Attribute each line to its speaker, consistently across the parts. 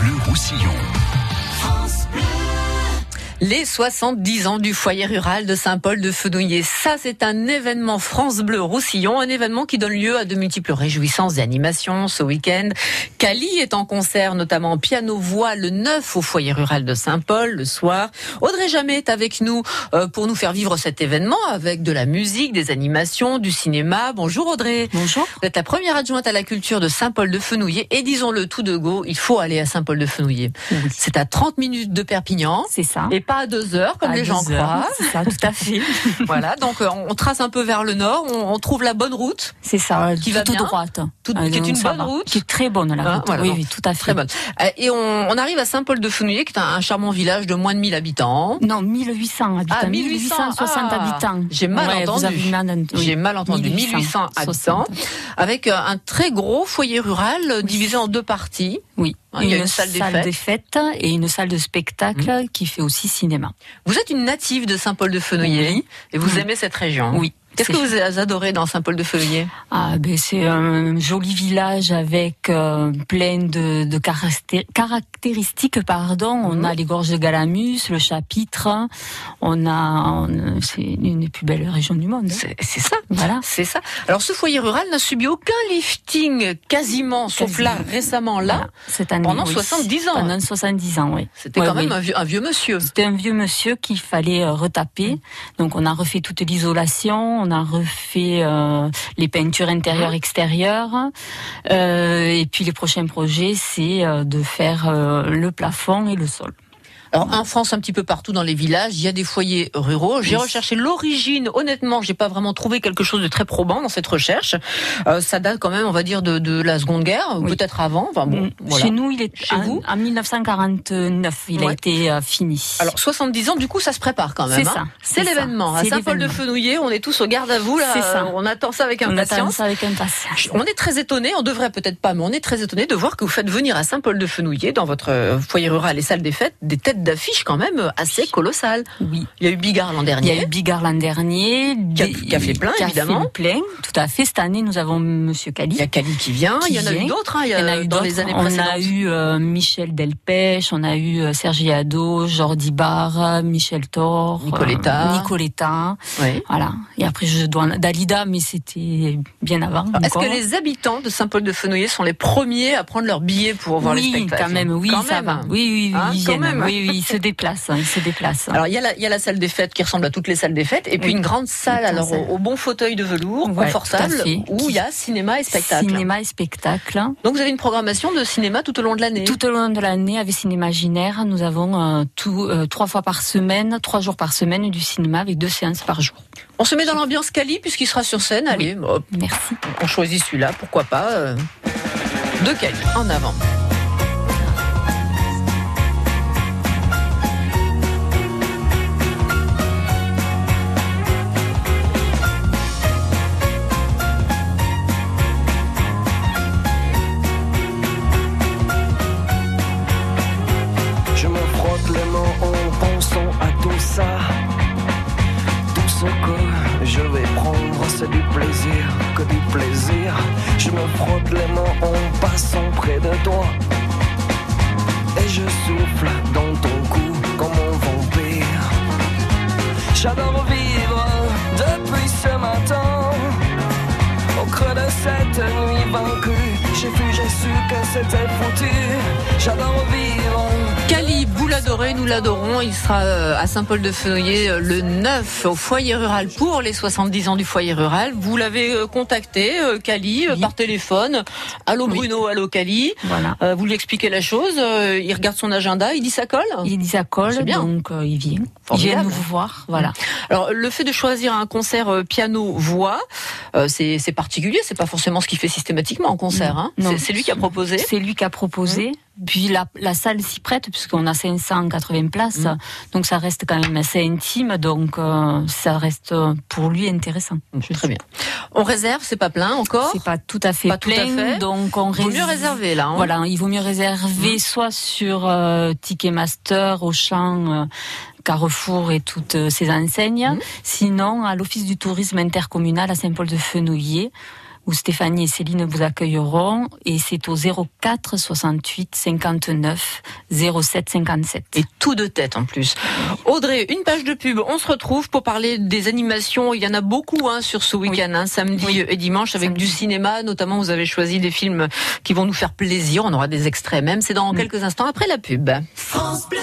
Speaker 1: Bleu Roussillon.
Speaker 2: Les 70 ans du foyer rural de Saint-Paul de Fenouillet. Ça, c'est un événement France Bleu Roussillon, un événement qui donne lieu à de multiples réjouissances et animations ce week-end. Cali est en concert, notamment en piano-voix, le 9 au foyer rural de Saint-Paul le soir. Audrey Jamet est avec nous euh, pour nous faire vivre cet événement avec de la musique, des animations, du cinéma. Bonjour Audrey.
Speaker 3: Bonjour.
Speaker 2: Vous êtes la première adjointe à la culture de Saint-Paul de Fenouillet et disons-le tout de go, il faut aller à Saint-Paul de Fenouillet. C'est à 30 minutes de Perpignan.
Speaker 3: C'est ça.
Speaker 2: Et pas à deux heures, comme
Speaker 3: À
Speaker 2: les gens
Speaker 3: deux heures,
Speaker 2: croient.
Speaker 3: C'est ça, tout à fait.
Speaker 2: voilà, donc euh, on trace un peu vers le nord, on, on trouve la bonne route,
Speaker 3: C'est ça,
Speaker 2: Qui
Speaker 3: qui
Speaker 2: va
Speaker 3: va tout
Speaker 2: bien.
Speaker 3: droite.
Speaker 2: Tout-
Speaker 3: Ah,
Speaker 2: qui est
Speaker 3: non,
Speaker 2: une
Speaker 3: ça
Speaker 2: bonne
Speaker 3: va.
Speaker 2: route.
Speaker 3: Qui est très bonne, la
Speaker 2: Ah,
Speaker 3: route.
Speaker 2: voilà,
Speaker 3: oui,
Speaker 2: donc,
Speaker 3: oui, tout à fait.
Speaker 2: très bonne. Euh, Et on, on arrive à Saint-Paul-de-Fenouillet, qui est un, un charmant village de moins de 1000 habitants.
Speaker 3: Non, 1800 habitants.
Speaker 2: Ah,
Speaker 3: 1860
Speaker 2: ah.
Speaker 3: habitants.
Speaker 2: J'ai mal
Speaker 3: Ouais,
Speaker 2: entendu.
Speaker 3: Vous avez mal entendu.
Speaker 2: J'ai mal entendu, 1800 habitants, avec euh, un très gros foyer rural euh, divisé en deux parties.
Speaker 3: Oui.
Speaker 2: Ah, Il y a une salle des fêtes. Mm.
Speaker 3: des fêtes et une salle de spectacle qui fait aussi cinéma.
Speaker 2: Vous êtes une native de Saint-Paul-de-Fenouillet
Speaker 3: Oui.
Speaker 2: et vous
Speaker 3: Oui.
Speaker 2: aimez cette région.
Speaker 3: Oui.
Speaker 2: Qu'est-ce que
Speaker 3: C'est-
Speaker 2: vous adorez dans Saint-Paul-de-Fenouillet
Speaker 3: Ah, ben, c'est un joli village avec euh, plein de, de caracté- caractéristiques. Pardon,
Speaker 2: Mhm.
Speaker 3: on a les gorges de Galamus, le chapitre. On a, on- c'est une des plus belles régions du monde. hein.
Speaker 2: C'est c'est ça.
Speaker 3: Voilà.
Speaker 2: C'est ça. Alors ce foyer rural n'a subi aucun lifting quasiment, sauf là
Speaker 3: Quasiment.
Speaker 2: récemment là.
Speaker 3: Voilà. cette année,
Speaker 2: pendant
Speaker 3: oui.
Speaker 2: 70 ans.
Speaker 3: Pendant 70 ans, oui.
Speaker 2: C'était
Speaker 3: Ouais,
Speaker 2: quand même
Speaker 3: oui.
Speaker 2: un vieux, un vieux monsieur.
Speaker 3: C'était un vieux monsieur qu'il fallait euh, retaper. Donc on a refait toute l'isolation, on a refait euh, les peintures intérieures extérieures. Euh, et puis les prochains projets, c'est euh, de faire euh, le plafond et le sol.
Speaker 2: Alors en France, un petit peu partout dans les villages, il y a des foyers ruraux. J'ai
Speaker 3: Oui.
Speaker 2: recherché l'origine. Honnêtement, j'ai pas vraiment trouvé quelque chose de très probant dans cette recherche. Euh, ça date quand même, on va dire, de, de la Seconde Guerre, ou
Speaker 3: Oui.
Speaker 2: peut-être avant. Enfin bon,
Speaker 3: Mm.
Speaker 2: voilà.
Speaker 3: Chez nous, il est
Speaker 2: Chez
Speaker 3: en,
Speaker 2: vous
Speaker 3: en 1949, il
Speaker 2: Ouais.
Speaker 3: a été euh, fini.
Speaker 2: Alors 70 ans, du coup, ça se prépare quand même.
Speaker 3: C'est
Speaker 2: hein.
Speaker 3: ça,
Speaker 2: C'est
Speaker 3: c'est ça,
Speaker 2: l'événement. À
Speaker 3: c'est
Speaker 2: Saint-Paul-de-Fenouillet, on est tous au garde à vous là.
Speaker 3: C'est ça.
Speaker 2: On attend ça avec
Speaker 3: on attend
Speaker 2: impatience.
Speaker 3: ça avec impatience.
Speaker 2: On est très étonné, on devrait peut-être pas, mais on est très étonné de voir que vous faites venir à Saint-Paul-de-Fenouillet, dans votre euh, foyer rural et salle des fêtes, des têtes d'affiche quand même euh, assez colossales.
Speaker 3: Oui.
Speaker 2: Il y a eu Bigard l'an
Speaker 3: Il y a
Speaker 2: dernier.
Speaker 3: eu Bigard l'an dernier.
Speaker 2: Qui a-
Speaker 3: des-
Speaker 2: qui a fait plein,
Speaker 3: qui a
Speaker 2: évidemment.
Speaker 3: fait plein, tout à fait. Cette année, nous avons Monsieur Cali.
Speaker 2: Il y a Cali qui vient,
Speaker 3: Qui
Speaker 2: il y en a eu
Speaker 3: vient.
Speaker 2: d'autres hein, il y a-
Speaker 3: Il y en a eu
Speaker 2: dans
Speaker 3: d'autres.
Speaker 2: les années
Speaker 3: On
Speaker 2: précédentes.
Speaker 3: a eu euh, Michel Delpech, on a eu euh, Sergi Ado, Jordi Barre, Michel Thor,
Speaker 2: Nicoletta.
Speaker 3: euh, Nicoletta.
Speaker 2: Oui.
Speaker 3: Voilà. Et après, je dois Dalida, mais c'était bien avant.
Speaker 2: Alors, Ah, Est-ce
Speaker 3: encore.
Speaker 2: que les habitants de Saint-Paul-de-Fenouillet sont les premiers à prendre leur billet pour voir
Speaker 3: oui,
Speaker 2: le spectacle
Speaker 3: quand même, oui,
Speaker 2: Quand
Speaker 3: ça
Speaker 2: même.
Speaker 3: va. Oui, oui, oui,
Speaker 2: Hein,
Speaker 3: ils
Speaker 2: quand
Speaker 3: viennent.
Speaker 2: même.
Speaker 3: Oui, oui, ils se déplacent, hein, ils se déplacent.
Speaker 2: Alors il y, a la, il y a la salle des fêtes qui ressemble à toutes les salles des fêtes, et puis
Speaker 3: Oui.
Speaker 2: une grande salle
Speaker 3: Une grande
Speaker 2: alors
Speaker 3: salle.
Speaker 2: au, au bon fauteuil de velours,
Speaker 3: Ouais,
Speaker 2: confortable,
Speaker 3: tout à fait.
Speaker 2: où il y a cinéma et spectacle.
Speaker 3: Cinéma et spectacle.
Speaker 2: Donc vous avez une programmation de cinéma tout au long de l'année.
Speaker 3: Tout au long de l'année, avec Cinémaginaire, nous avons euh, tout, euh, trois fois par semaine, trois jours par semaine du cinéma avec deux séances par jour.
Speaker 2: On se met dans l'ambiance Cali puisqu'il sera sur scène. Allez, hop,
Speaker 3: Merci.
Speaker 2: on choisit celui-là, pourquoi pas. euh, de Cali, en avant.
Speaker 4: Je me frotte les mains en pensant à tout ça. Tout ce que je vais prendre, c'est du plaisir, que du plaisir. Je me frotte les mains en passant près de toi. Et je souffle dans ton cou comme un vampire. J'adore vivre depuis ce matin. Au creux de cette nuit vaincue, j'ai vu, j'ai su que c'était foutu. J'adore vivre.
Speaker 2: Cali, vous l'adorez, nous l'adorons. Il sera euh, à Saint-Paul-de-Fenouillet euh, le 9 au foyer rural pour les 70 ans du foyer rural. Vous l'avez euh, contacté, euh, Cali, euh,
Speaker 3: Oui.
Speaker 2: par téléphone. Allô
Speaker 3: Oui.
Speaker 2: Bruno, allô Cali.
Speaker 3: Voilà.
Speaker 2: Euh, vous lui expliquez la chose, euh, il regarde son agenda, il dit ça colle.
Speaker 3: Il dit ça colle,
Speaker 2: Oh. C'est bien.
Speaker 3: donc euh, il vient. Il
Speaker 2: Formidable.
Speaker 3: vient nous voir, voilà.
Speaker 2: Alors le fait de choisir un concert euh, piano-voix, euh, c'est c'est particulier, c'est pas forcément ce qu'il fait systématiquement en concert. hein.
Speaker 3: Non.
Speaker 2: C'est- C'est lui qui a proposé.
Speaker 3: C'est lui qui a proposé.
Speaker 2: Mmh.
Speaker 3: Puis la, la salle s'y prête, puisqu'on a 580 places.
Speaker 2: Mm.
Speaker 3: Donc ça reste quand même assez intime, donc euh, ça reste euh, pour lui intéressant.
Speaker 2: Très bien. On réserve, c'est pas plein encore.
Speaker 3: C'est pas tout à fait
Speaker 2: Pas tout à
Speaker 3: plein,
Speaker 2: fait.
Speaker 3: donc on
Speaker 2: Vaut mieux
Speaker 3: rés-
Speaker 2: réserver là. hein.
Speaker 3: Voilà, il vaut mieux réserver soit sur euh, Ticketmaster, Auchan, euh, Carrefour et toutes euh, ces enseignes,
Speaker 2: Mm.
Speaker 3: sinon à l'Office du tourisme intercommunal à Saint-Paul-de-Fenouillet où Stéphanie et Céline vous accueilleront. Et c'est au 04 68 59 07 57.
Speaker 2: Et tout de tête en plus. Audrey, une page de pub. On se retrouve pour parler des animations. Il y en a beaucoup hein, sur ce week-end, oui. hein, samedi oui. et dimanche, avec samedi. du cinéma. Notamment, vous avez choisi des films qui vont nous faire plaisir. On aura des extraits même. C'est dans oui. quelques instants après la pub. France Bleu.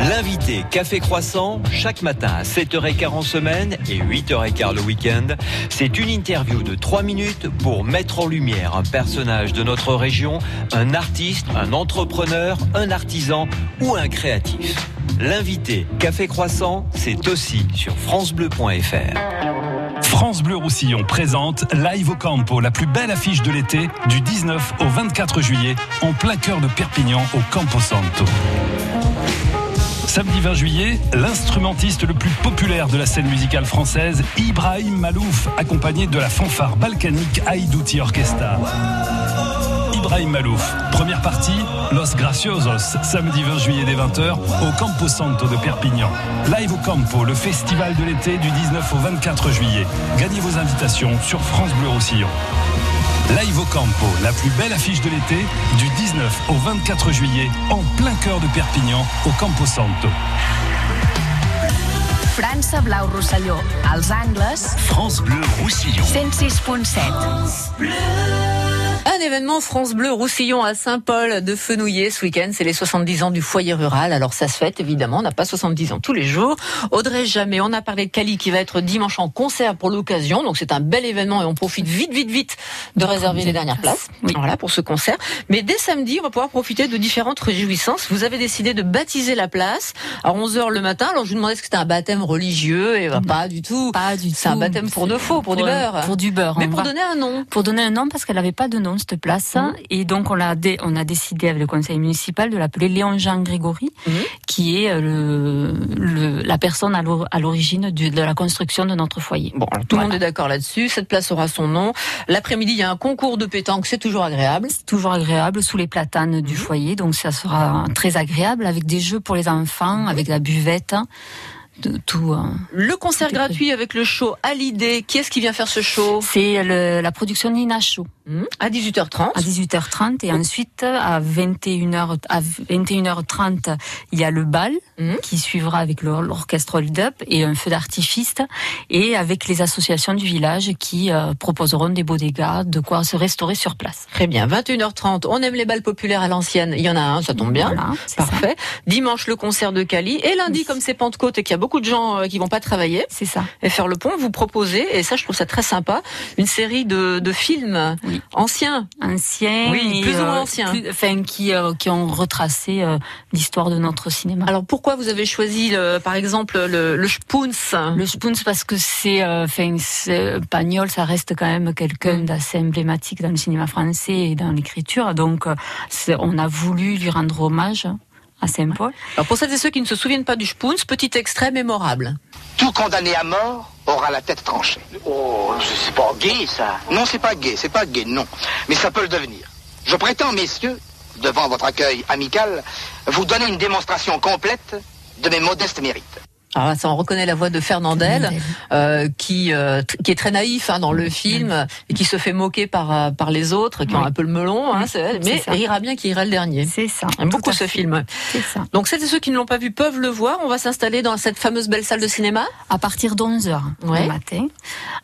Speaker 1: L'invité Café Croissant, chaque matin à 7h15 en semaine et 8h15 le week-end, c'est une interview de 3 minutes pour mettre en lumière un personnage de notre région, un artiste, un entrepreneur, un artisan ou un créatif. L'invité Café Croissant, c'est aussi sur francebleu.fr.
Speaker 5: France Bleu Roussillon présente Live au Campo, la plus belle affiche de l'été, du 19 au 24 juillet, en plein cœur de Perpignan, au Campo Santo. Samedi 20 juillet, l'instrumentiste le plus populaire de la scène musicale française, Ibrahim Malouf, accompagné de la fanfare balkanique Haïdouti Orchestra. Ibrahim Malouf, première partie, Los Graciosos, samedi 20 juillet dès 20h au Campo Santo de Perpignan. Live au Campo, le festival de l'été du 19 au 24 juillet. Gagnez vos invitations sur France Bleu Roussillon. Live au Campo, la plus belle affiche de l'été, du 19 au 24 juillet, en plein cœur de Perpignan, au Campo Santo.
Speaker 6: França Blau Rosselló, als angles...
Speaker 1: France Bleu Roussillon.
Speaker 6: 106.7.
Speaker 2: Un événement France Bleu Roussillon à Saint-Paul de Fenouillet ce week-end, c'est les 70 ans du foyer rural. Alors ça se fête évidemment, on n'a pas 70 ans tous les jours. Audrey Jamais, on a parlé de Cali qui va être dimanche en concert pour l'occasion, donc c'est un bel événement et on profite vite, vite, vite de réserver les dernières places. Oui. Voilà pour ce concert. Mais dès samedi, on va pouvoir profiter de différentes réjouissances. Vous avez décidé de baptiser la place à 11h le matin. Alors je vous demandais si c'était un baptême religieux et bah, pas du tout.
Speaker 3: Pas du tout.
Speaker 2: C'est un baptême pour de faux, pour, pour, du beurre.
Speaker 3: Pour du beurre.
Speaker 2: Mais pour va... donner un nom.
Speaker 3: Pour donner un nom parce qu'elle n'avait pas de nom cette place. Mmh. Et donc, on, l'a dé on a décidé avec le conseil municipal de l'appeler Léon-Jean Grégory, mmh. qui est le, le, la personne à l'origine de la construction de notre foyer.
Speaker 2: Bon, alors, tout le voilà. monde est d'accord là-dessus. Cette place aura son nom. L'après-midi, il y a un concours de pétanque. C'est toujours agréable.
Speaker 3: C'est toujours agréable sous les platanes mmh. du foyer. Donc, ça sera très agréable avec des jeux pour les enfants, avec la buvette. hein, De tout, euh,
Speaker 2: le concert tout gratuit avec le show à l'idée. Qui est-ce qui vient faire ce show
Speaker 3: C'est la production Nina Show.
Speaker 2: Mmh. À 18h30.
Speaker 3: À 18h30 et mmh. ensuite à 21h à 21h30, il y a le bal mmh. qui suivra avec l'orchestre Hold Up et un feu d'artifice et avec les associations du village qui euh, proposeront des beaux dégâts, de quoi se restaurer sur place.
Speaker 2: Très bien. 21h30, on aime les balles populaires à l'ancienne. Il y en a un, ça tombe bien. Voilà, Parfait. Ça. Dimanche le concert de Cali et lundi oui. comme c'est Pentecôte et qu'il y a beaucoup beaucoup de gens euh, qui vont pas travailler.
Speaker 3: C'est ça.
Speaker 2: Et faire le pont, vous proposez, et ça je trouve ça très sympa, une série de, de films oui. anciens.
Speaker 3: Anciens. euh,
Speaker 2: Oui, plus ou moins anciens. Plus,
Speaker 3: enfin, qui, euh, qui ont retracé euh, l'histoire de notre cinéma.
Speaker 2: Alors pourquoi vous avez choisi, le, par exemple, le, le Spoons
Speaker 3: Le Spoons parce que c'est, euh, enfin, Pagnol, ça reste quand même quelqu'un
Speaker 2: Mm.
Speaker 3: d'assez emblématique dans le cinéma français et dans l'écriture. Donc euh, on a voulu lui rendre hommage à Saint-Paul.
Speaker 2: Alors pour celles et ceux qui ne se souviennent pas du Spoons, petit extrait mémorable.
Speaker 7: Tout condamné à mort aura la tête tranchée.
Speaker 8: Oh, c'est pas gay ça.
Speaker 7: Non, c'est pas gay, c'est pas gay, non. Mais ça peut le devenir. Je prétends, messieurs, devant votre accueil amical, vous donner une démonstration complète de mes modestes mérites.
Speaker 2: Alors là, Ah, ça, on reconnaît la voix de Fernandel, euh, qui euh, qui est très naïf hein, dans le film oui. et qui se fait moquer par euh, par les autres, qui oui. ont un peu le melon, hein, elle, mais il ira bien qui ira le dernier.
Speaker 3: C'est ça.
Speaker 2: J'aime beaucoup ce fait. film. Ça. Donc celles et ceux qui ne l'ont pas vu peuvent le voir. On va s'installer dans cette fameuse belle salle de cinéma
Speaker 3: à partir de 11 h ouais. le matin.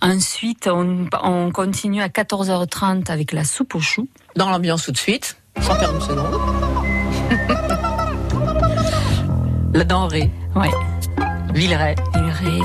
Speaker 3: Ensuite, on, on continue à 14h30 avec la soupe aux choux.
Speaker 2: Dans l'ambiance tout de suite, sans perdre une seconde. la denrée.
Speaker 3: Ouais.
Speaker 2: Villeray.
Speaker 3: Villeray.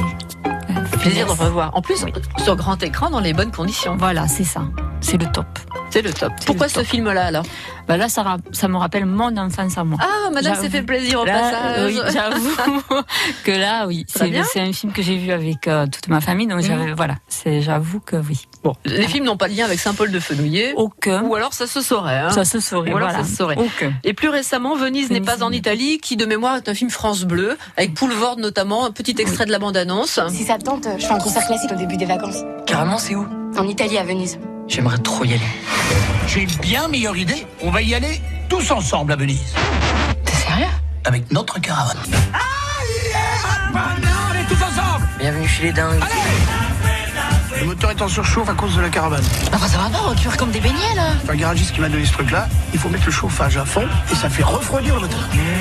Speaker 2: Plaisir de revoir. En plus, oui. sur grand écran, dans les bonnes conditions.
Speaker 3: Voilà, c'est ça. C'est le top.
Speaker 2: C'est le top. Pourquoi le top. ce film-là alors
Speaker 3: ben Là, ça, ça, me rappelle mon enfance à moi.
Speaker 2: Ah, madame s'est fait plaisir au là, passage.
Speaker 3: Oui, j'avoue que là, oui. C'est un film que j'ai vu avec euh, toute ma famille, donc
Speaker 2: Mhm.
Speaker 3: mmh. voilà. J'avoue que oui.
Speaker 2: Bon, les voilà. films n'ont pas de lien avec Saint-Paul de Fenouillet.
Speaker 3: Aucun.
Speaker 2: Ou alors Oh. ça se saurait. Hein.
Speaker 3: Ça se saurait.
Speaker 2: Ou alors
Speaker 3: voilà.
Speaker 2: ça se saurait. Aucun. Et plus récemment, Venise, Venise n'est pas en Italie, qui de mémoire est un film France Bleu, avec Poulvord notamment, un petit extrait oui. de la bande-annonce.
Speaker 9: Si ça te tente, je fais un concert classique au début des vacances.
Speaker 10: Carrément, c'est où
Speaker 9: En Italie, à Venise.
Speaker 10: J'aimerais trop y aller.
Speaker 11: J'ai une bien meilleure idée. On va y aller tous ensemble à Venise.
Speaker 10: T'es sérieux
Speaker 11: Avec notre caravane.
Speaker 10: Allez, maintenant,
Speaker 11: on est tous ensemble
Speaker 10: Bienvenue chez les dingues.
Speaker 11: Allez Le moteur est en surchauffe à cause de la caravane.
Speaker 10: Bah, Enfin, ça va pas, on va cuire comme des beignets là.
Speaker 11: C'est un garagiste qui m'a donné ce truc-là. Il faut mettre le chauffage à fond et ça fait refroidir le moteur.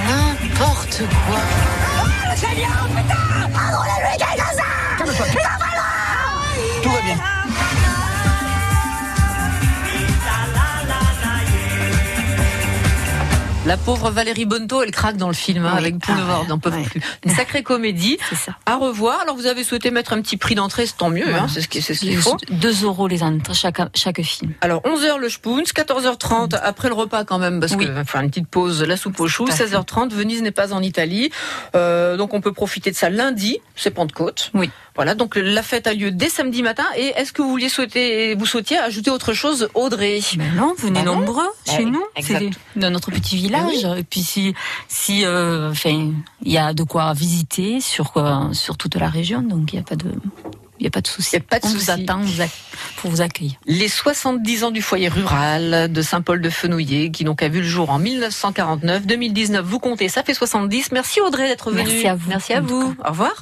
Speaker 10: N'importe quoi.
Speaker 6: Ah, le génial, putain Pardon, la nuit, qu'est-ce que c'est
Speaker 11: Calme-toi.
Speaker 6: Il va falloir
Speaker 11: Tout va bien.
Speaker 2: La pauvre Valérie Bonneto, elle craque dans le film hein, avec Boulevard, n'en peuvent plus. Une sacrée comédie à revoir. Alors vous avez souhaité mettre un petit prix d'entrée, c'est tant mieux, hein, c'est ce qui- c'est ce qu'il faut.
Speaker 3: 2 euros les entrées chaque, chaque film.
Speaker 2: Alors 11h le Spoons, 14h30
Speaker 3: Mmh.
Speaker 2: après le repas quand même parce que enfin une petite pause la soupe aux choux, 16h30 Venise n'est pas en Italie. Euh, donc on peut profiter de ça lundi, c'est Pentecôte.
Speaker 3: Oui.
Speaker 2: Voilà, donc la fête a lieu dès samedi matin et est-ce que vous vouliez souhaiter vous souhaitiez ajouter autre chose Audrey
Speaker 3: non, venez
Speaker 2: Ah non
Speaker 3: nombreux
Speaker 2: Bah
Speaker 3: chez
Speaker 2: oui,
Speaker 3: nous,
Speaker 2: exact. Bah
Speaker 3: c'est dans notre petit village. Et puis si, si, euh, enfin, il y a de quoi visiter sur euh, sur toute la région, donc il n'y a pas de, il y a pas de souci.
Speaker 2: pas de
Speaker 3: On
Speaker 2: souci.
Speaker 3: vous attend vous ac- pour vous accueillir.
Speaker 2: Les 70 ans du foyer rural de Saint-Paul-de-Fenouillet, qui donc a vu le jour en 1949, 2019, vous comptez, ça fait 70. Merci Audrey d'être venue.
Speaker 3: Merci à vous.
Speaker 2: Merci à vous. Au revoir.